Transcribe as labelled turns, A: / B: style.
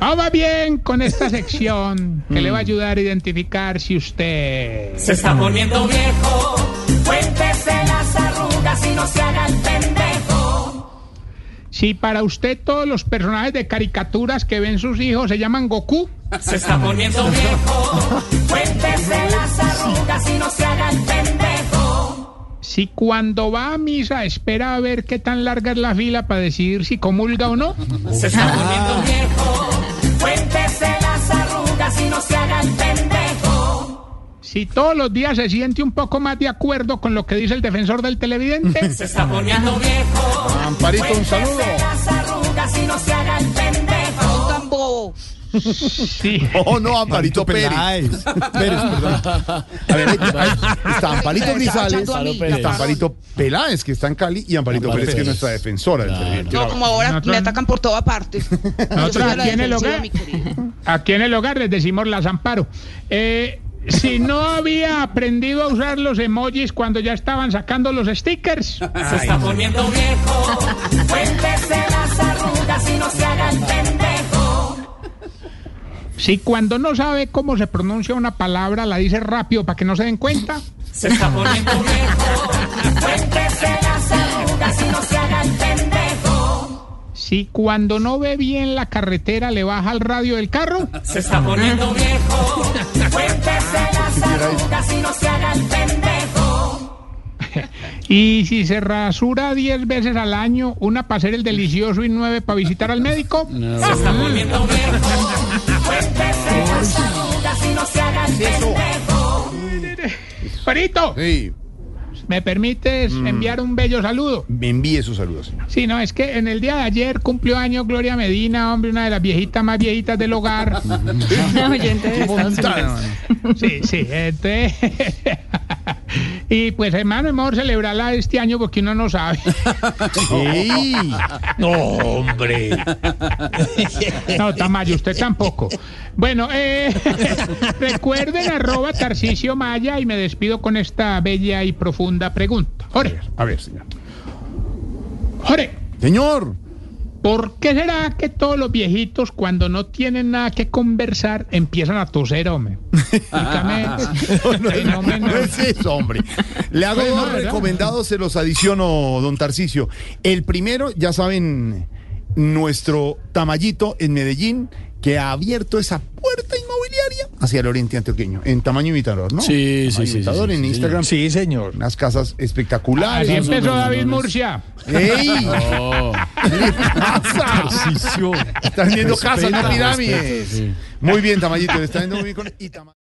A: Ahora Ah, bien, con esta sección que le va a ayudar a identificar si usted...
B: Se está poniendo viejo, cuéntese las arrugas y no se haga el pendejo.
A: Si para usted todos los personajes de caricaturas que ven sus hijos se llaman Goku,
B: Se está poniendo viejo, cuéntese las arrugas y no se haga el pendejo.
A: si cuando va a misa espera a ver qué tan larga es la fila para decidir si comulga o no,
B: Se está poniendo viejo, cuéntese las arrugas y no se haga el pendejo.
A: si todos los días se siente un poco más de acuerdo con lo que dice el defensor del televidente,
B: Se está poniendo viejo.
C: Amparito, un saludo.
B: Cuéntese las arrugas y no se haga el pendejo.
A: si,
C: Oh, no, Amparito Pérez. Pérez, perdón. A ver, ahí- ahí está Amparito Grisales,
D: echando a mí.
C: está Amparito Peláez, que está en Cali, y Amparito Pérez, que es nuestra defensora. del televidente.
D: No, como ahora
A: Nosotros-
D: me atacan por toda parte. Yo soy de la
A: Nosotros aquí en el
D: defensiva,
A: hogar.
D: mi querido.
A: aquí en el hogar les decimos las amparo. Eh, si no había aprendido a usar los emojis cuando ya estaban sacando los stickers.
B: Se está poniendo viejo. Cuéntese las arrugas y no se haga el pendejo.
A: Si cuando no sabe cómo se pronuncia una palabra la dice rápido para que no se den cuenta.
B: Se está poniendo viejo. Cuéntese las arrugas y no se haga el pendejo.
A: Si cuando no ve bien la carretera le baja el radio del carro.
B: Se está poniendo viejo. Cuéntese las arrugas y no se haga el pendejo.
A: Y si se rasura 10 veces al año, una para hacer el delicioso y nueve para visitar al médico.
B: Se está poniendo viejo. Cuéntese las arrugas y no se haga el pendejo.
A: Perito,
C: Sí,
A: ¿me permites enviar un bello saludo?
C: me envíe sus saludos. señor.
A: Sí, no, es que en el día de ayer cumplió año Gloria Medina, hombre, una de las viejitas más viejitas del hogar. Sí, sí, este... Y pues hermano, es mejor celebrarla este año porque uno no sabe.
C: ¡Ey!
A: No, Tamayo, usted tampoco. Bueno, eh, recuerden arroba Tarcisio Maya y me despido con esta bella y profunda pregunta. Jorge,
C: A ver, señor.
A: Jorge,
C: Señor,
A: ¿por qué será que todos los viejitos cuando no tienen nada que conversar empiezan a toser, hombre? Explícame ese
C: no, no, no,
A: fenómeno.
C: no es eso, hombre. Le hago
A: Pues no,
C: dos
A: ¿verdad?
C: recomendados, se los adiciono, don Tarcicio. El primero, ya saben, nuestro Tamayito en Medellín, que ha abierto esa puerta inmobiliaria hacia el oriente antioqueño, en tamaño imitador, ¿no?
E: Sí,
C: Tamaño
E: sí, sí, sí,
C: imitador
E: sí,
C: en
E: sí, Ah,
C: Instagram.
F: Sí, señor.
C: Unas casas
A: Así
C: espectaculares.
A: empezó David Murcia.
C: ¡Ey! ¿Qué pasa?
E: Tarcisio.
C: Están viendo casas, no
E: Respeto,
C: pirámides.
E: respeto, sí.
C: Muy bien, Tamayito, le está yendo muy bien con... y Tama-